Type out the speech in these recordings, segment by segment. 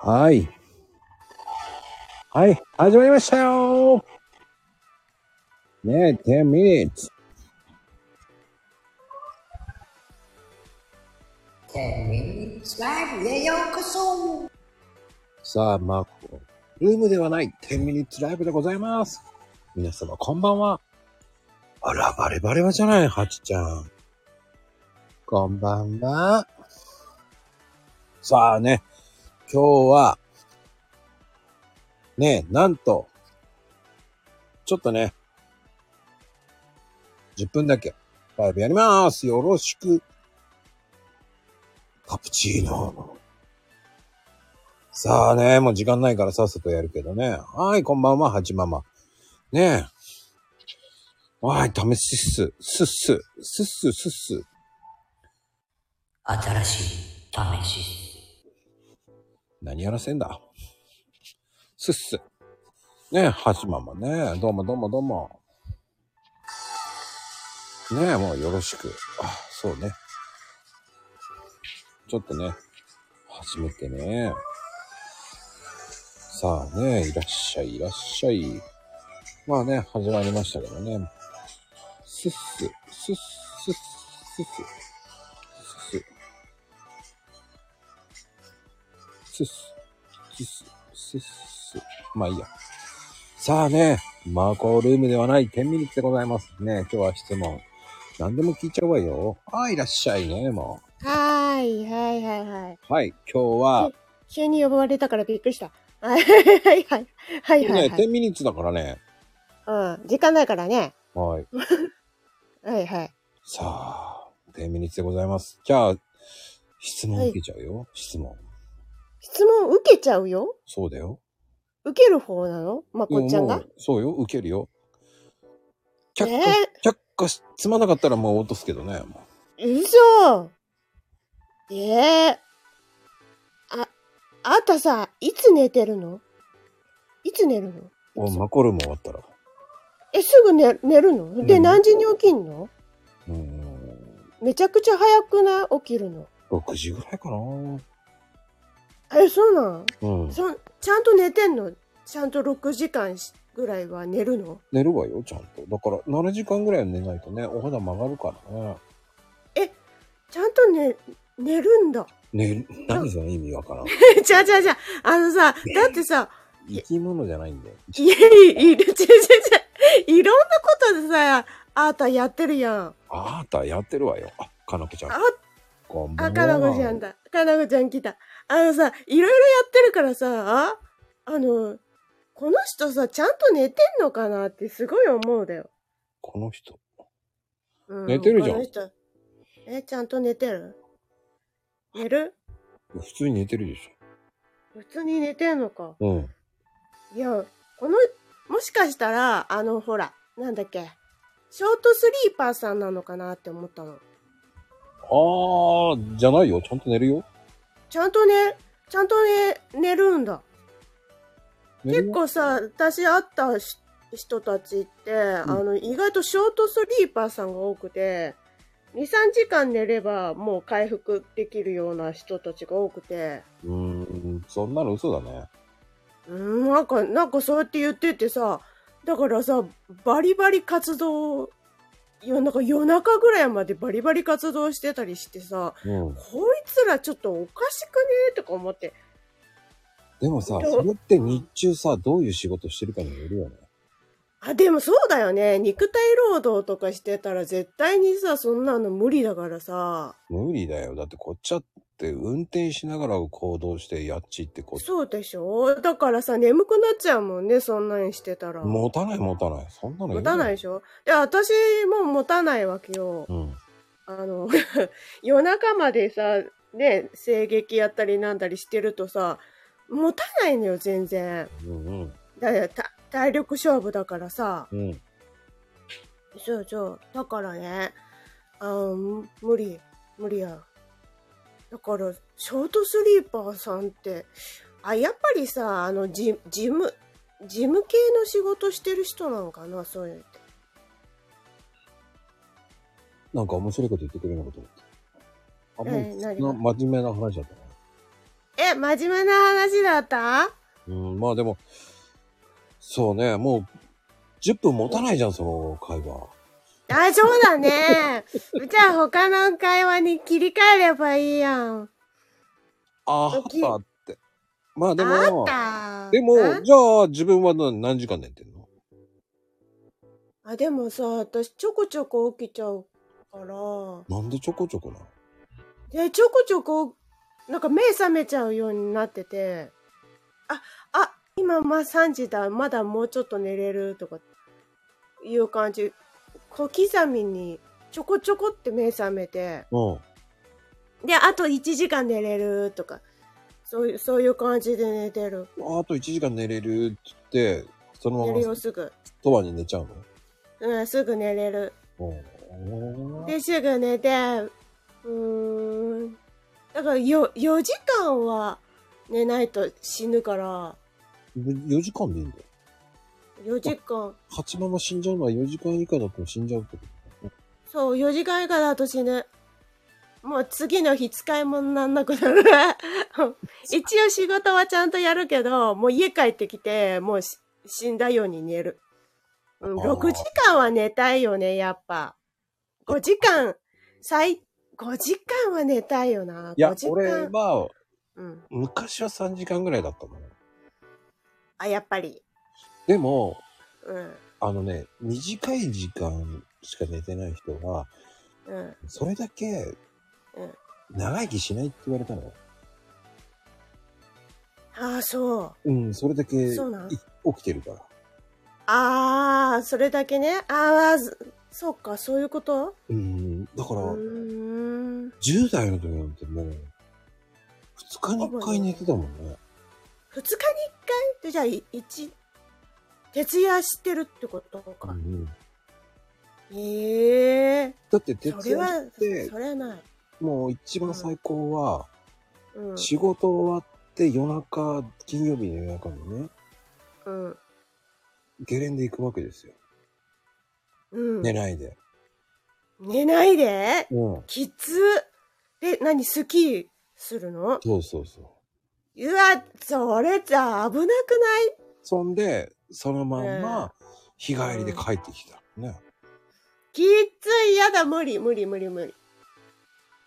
はい。はい、始まりましたよねえ、10 minutes。 10 minutes live へようこそさあ、マーク、ルームではない10 minutes live でございます。皆様、こんばんは。あら、バレバレバじゃない、ハチちゃん。こんばんは。さあね、今日は、ねえ、なんと、ちょっとね、10分だけ、ライブやります。よろしく。カプチーノ。さあね、もう時間ないからさっさとやるけどね。はい、こんばんは、はちママ。ねえ。はい、ダメっす。すっす。すっす、すっす。新しい試し。何やらせんだ。すっす。ねえ、はちママね。どうもどうもどうも。ねえ、もうよろしく。あ、そうね。ちょっとね、始めてね。さあね、いらっしゃい、いらっしゃい。まあね、始まりましたけどね。すっす、すっす、すっす、すっす。すっす、すっす、すっす。まあいいや。さあね、マーコールームではない10ミリでございますね。今日は質問。何でも聞いちゃうわよ。あ、いらっしゃいね、もう。はーい、はい、はい、はい。はい、今日は。急に呼ばれたからびっくりした。はい、はい、はい。はい、はい。ね、10ミニッツだからね。うん、時間ないからね。はい。はい、はい。さあ、10ミニッツでございます。じゃあ、質問受けちゃうよ、はい、質問。質問受けちゃうよそうだよ。受ける方なのまこっちゃんがそうよ、受けるよ。却下、却下し、つまなかったらもう落とすけどね。嘘ええー、あ、あんたさ、いつ寝てるのいつ寝るのお、マコルも終わったら。え、すぐ寝寝るので、うん、何時に起きんのうん。めちゃくちゃ早くない起きるの。 6時ぐらいかな。え、そうなんうん。そちゃんと寝てんのちゃんと6時間ぐらいは寝るの寝るわよ、ちゃんと。だから、7時間ぐらいは寝ないとね、お肌曲がるからね。え、ちゃんと寝、寝るんだ。 寝る、何その意味わからん。じゃあじゃあじゃあ、あのさ、だってさ、生き物じゃないんだよ。いや、いる、 ちゃちゃちゃ、いろんなことでさ、あーたやってるやん。あーたやってるわよ。あ、かなこちゃん。あ、こんばんは。あ、かなこちゃんだ。かなこちゃん来た。あのさ、いろいろやってるからさ、あの、この人さ、ちゃんと寝てんのかなってすごい思うだよ。この人。うん、寝てるじゃん。この人。え、ちゃんと寝てる寝る普通に寝てるでしょ。普通に寝てんのか。うん。いや、この、もしかしたら、あの、ほら、なんだっけ、ショートスリーパーさんなのかなって思ったの。あー、じゃないよ。ちゃんと寝るよ。ちゃんとね、ちゃんとね、寝るんだ。結構さ、私会った人たちって、うん、あの、意外とショートスリーパーさんが多くて、2、3時間寝ればもう回復できるような人たちが多くて。うん、そんなの嘘だね。うん、なんか、なんかそうやって言っててさ、だからさ、バリバリ活動、夜中、夜中ぐらいまでバリバリ活動してたりしてさ、うん、こいつらちょっとおかしくねとか思って。でもさ、それって日中さ、どういう仕事してるかによるよね。あ、でもそうだよね。肉体労働とかしてたら絶対にさ、そんなの無理だからさ。無理だよ。だってこっちはって運転しながら行動してやっちってこそうでしょだからさ、眠くなっちゃうもんね、そんなにしてたら。持たない持たない。そんなの持たないでしょいや、私も持たないわけよ。うん。あの、 夜中までさ、ね、声劇やったりなんだりしてるとさ、持たないのよ、全然。うんうん。だよ、た、体力勝負だからさ。うん。そうそう。だからね、あ無理、無理や。だから、ショートスリーパーさんって、あ、やっぱりさ、あの、じ、事務、事務系の仕事してる人なのかな、そういうのって。なんか面白いこと言ってくれるのかと思った。あ、もえう、ー何なが真面目な話だったね。え、真面目な話だったうん、まあでも、そうね、もう、10分持たないじゃん、その会話。あ、そうだね。 じゃあ他の会話に切り替えればいいやん。あ大きいーあったって。まあであもっ、た。であも、じゃあ自分は何何時間寝てんのあ、でもさ、私ちょこちょこ起きちゃうから。なんでちょこちょこなので、ちょこちょこ、なんか目覚めちゃうようになってて。あ、あ、今まあ3時だ。まだもうちょっと寝れるとか、いう感じ。小刻みにちょこちょこって目覚めて。うん。で、あと1時間寝れるとか、そういう、そういう感じで寝てる。あと1時間寝れるって言って、その寝るままよ、すぐ。一晩に寝ちゃううん、すぐ寝れる。のうん。で、すぐ寝て、うーん。だからよ、4時間は寝ないと死ぬから、 4時間でいいんだよ。 4時間、八ママ死んじゃうのは4時間以下だと死んじゃうってことそう、4時間以下だと死ぬ。もう次の日使い物になんなくなる。一応仕事はちゃんとやるけど、もう家帰ってきて、もうし死んだように寝る。うん、あー6時間は寝たいよね、やっぱ。5時間、最、5時間は寝たいよな。いや5時、間俺は、うん。昔は3時間ぐらいだったのね。あ、やっぱり。でも、うん。あのね、短い時間しか寝てない人は、うん。それだけ、長生きしないって言われたのよ。ああ、そう。うん、それだけ、いそうなん起きてるから。ああ、それだけね。ああ、そそうか、そういうことうん、だから、うーん。 10代の時なんてもう、2日に1回寝てたもんね。二日に一回でじゃあい一徹夜してるってことうか、ん、ええだって徹それ夜はってそ、れはない、もう一番最高は、うん仕事終わって夜中、金曜日の夜中にね、うんゲレンデ行くわけですよ。うん、寝ないで。寝ないでうん。きつで何スキーするのそうそうそう。うわそれじゃあ危なくないそんで、そのまんうんま、日帰りで帰ってきた。ね。きついやだ無理無理無理無理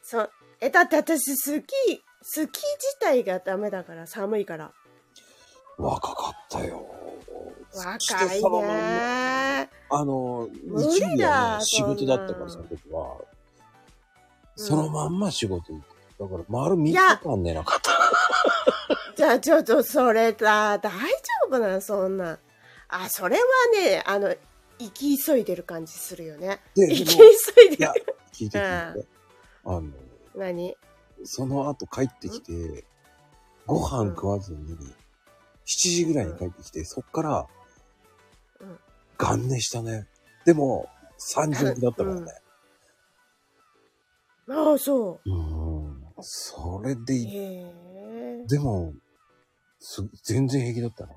そうえだって私スキースキー自体がダメだから寒いから若かったよ。若そしていねそのまんまあの、無日曜理だ日はね、仕そんな事だったから、その時は。うんそのまんま仕事行って。だから、丸3い日や間寝なかった。じゃあ、ちょっと、それだ、大丈夫なん、そんなん。あ、それはね、あの、生き急いでる感じするよね。で、で生きも、急いいでるや。、聞いて聞いて。あの、何その後帰ってきて、ご飯食わずに、7時ぐらいに帰ってきて、そっからうん、元年したね。でも、3時起きだったからね。ああ、そうーん。それでう。い、へえ。でも、す全然平気だったな。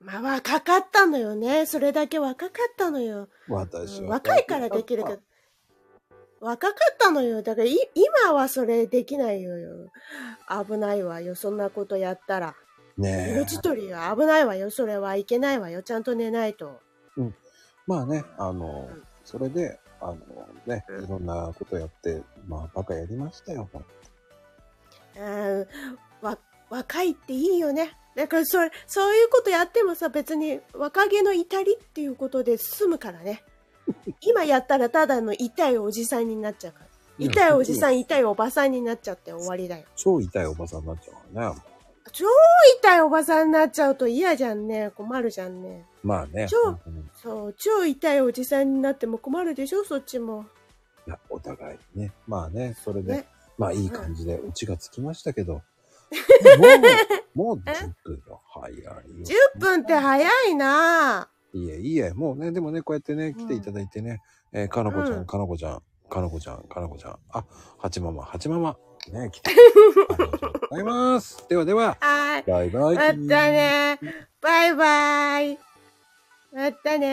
まあ、若かったのよね。それだけ若かったのよ。私うんは。若いからできるけど。若かったのよ。だからい、今はそれできないよ。危ないわよ。そんなことやったら。ねえ。命取りは危ないわよ。それはいけないわよ。ちゃんと寝ないと。まあね、あのうん、それで、あのねう、んいろんなことやって、まあ、バカやりましたよ。うんわ若いっていいよね。だからそれ、そういうことやってもさ、別に若気の至りっていうことで済むからね。今やったらただの痛いおじさんになっちゃうから。痛いおじさん。ん、痛いおばさんになっちゃって終わりだよ。超痛いおばさんになっちゃうからね。超痛いおばさんになっちゃうと嫌じゃんね。困るじゃんね。まあね。超本当にそう、超痛いおじさんになっても困るでしょ、そっちも。いや、お互いね。まあね、それで、ねまあいい感じで、オチがつきましたけど。 もう、もう10分よ。早いよ。 10分って早いなぁ。いえいえ、もうね、でもね、こうやってね、来ていただいてね、えーかなこちゃ、うんんかなこちゃん、かなこちゃん、かなこちゃん、あ、はちまま、はちまま、ね、 来てありがとうございます。ではでは、はい。バイバイ。またね。バイバイ。またね。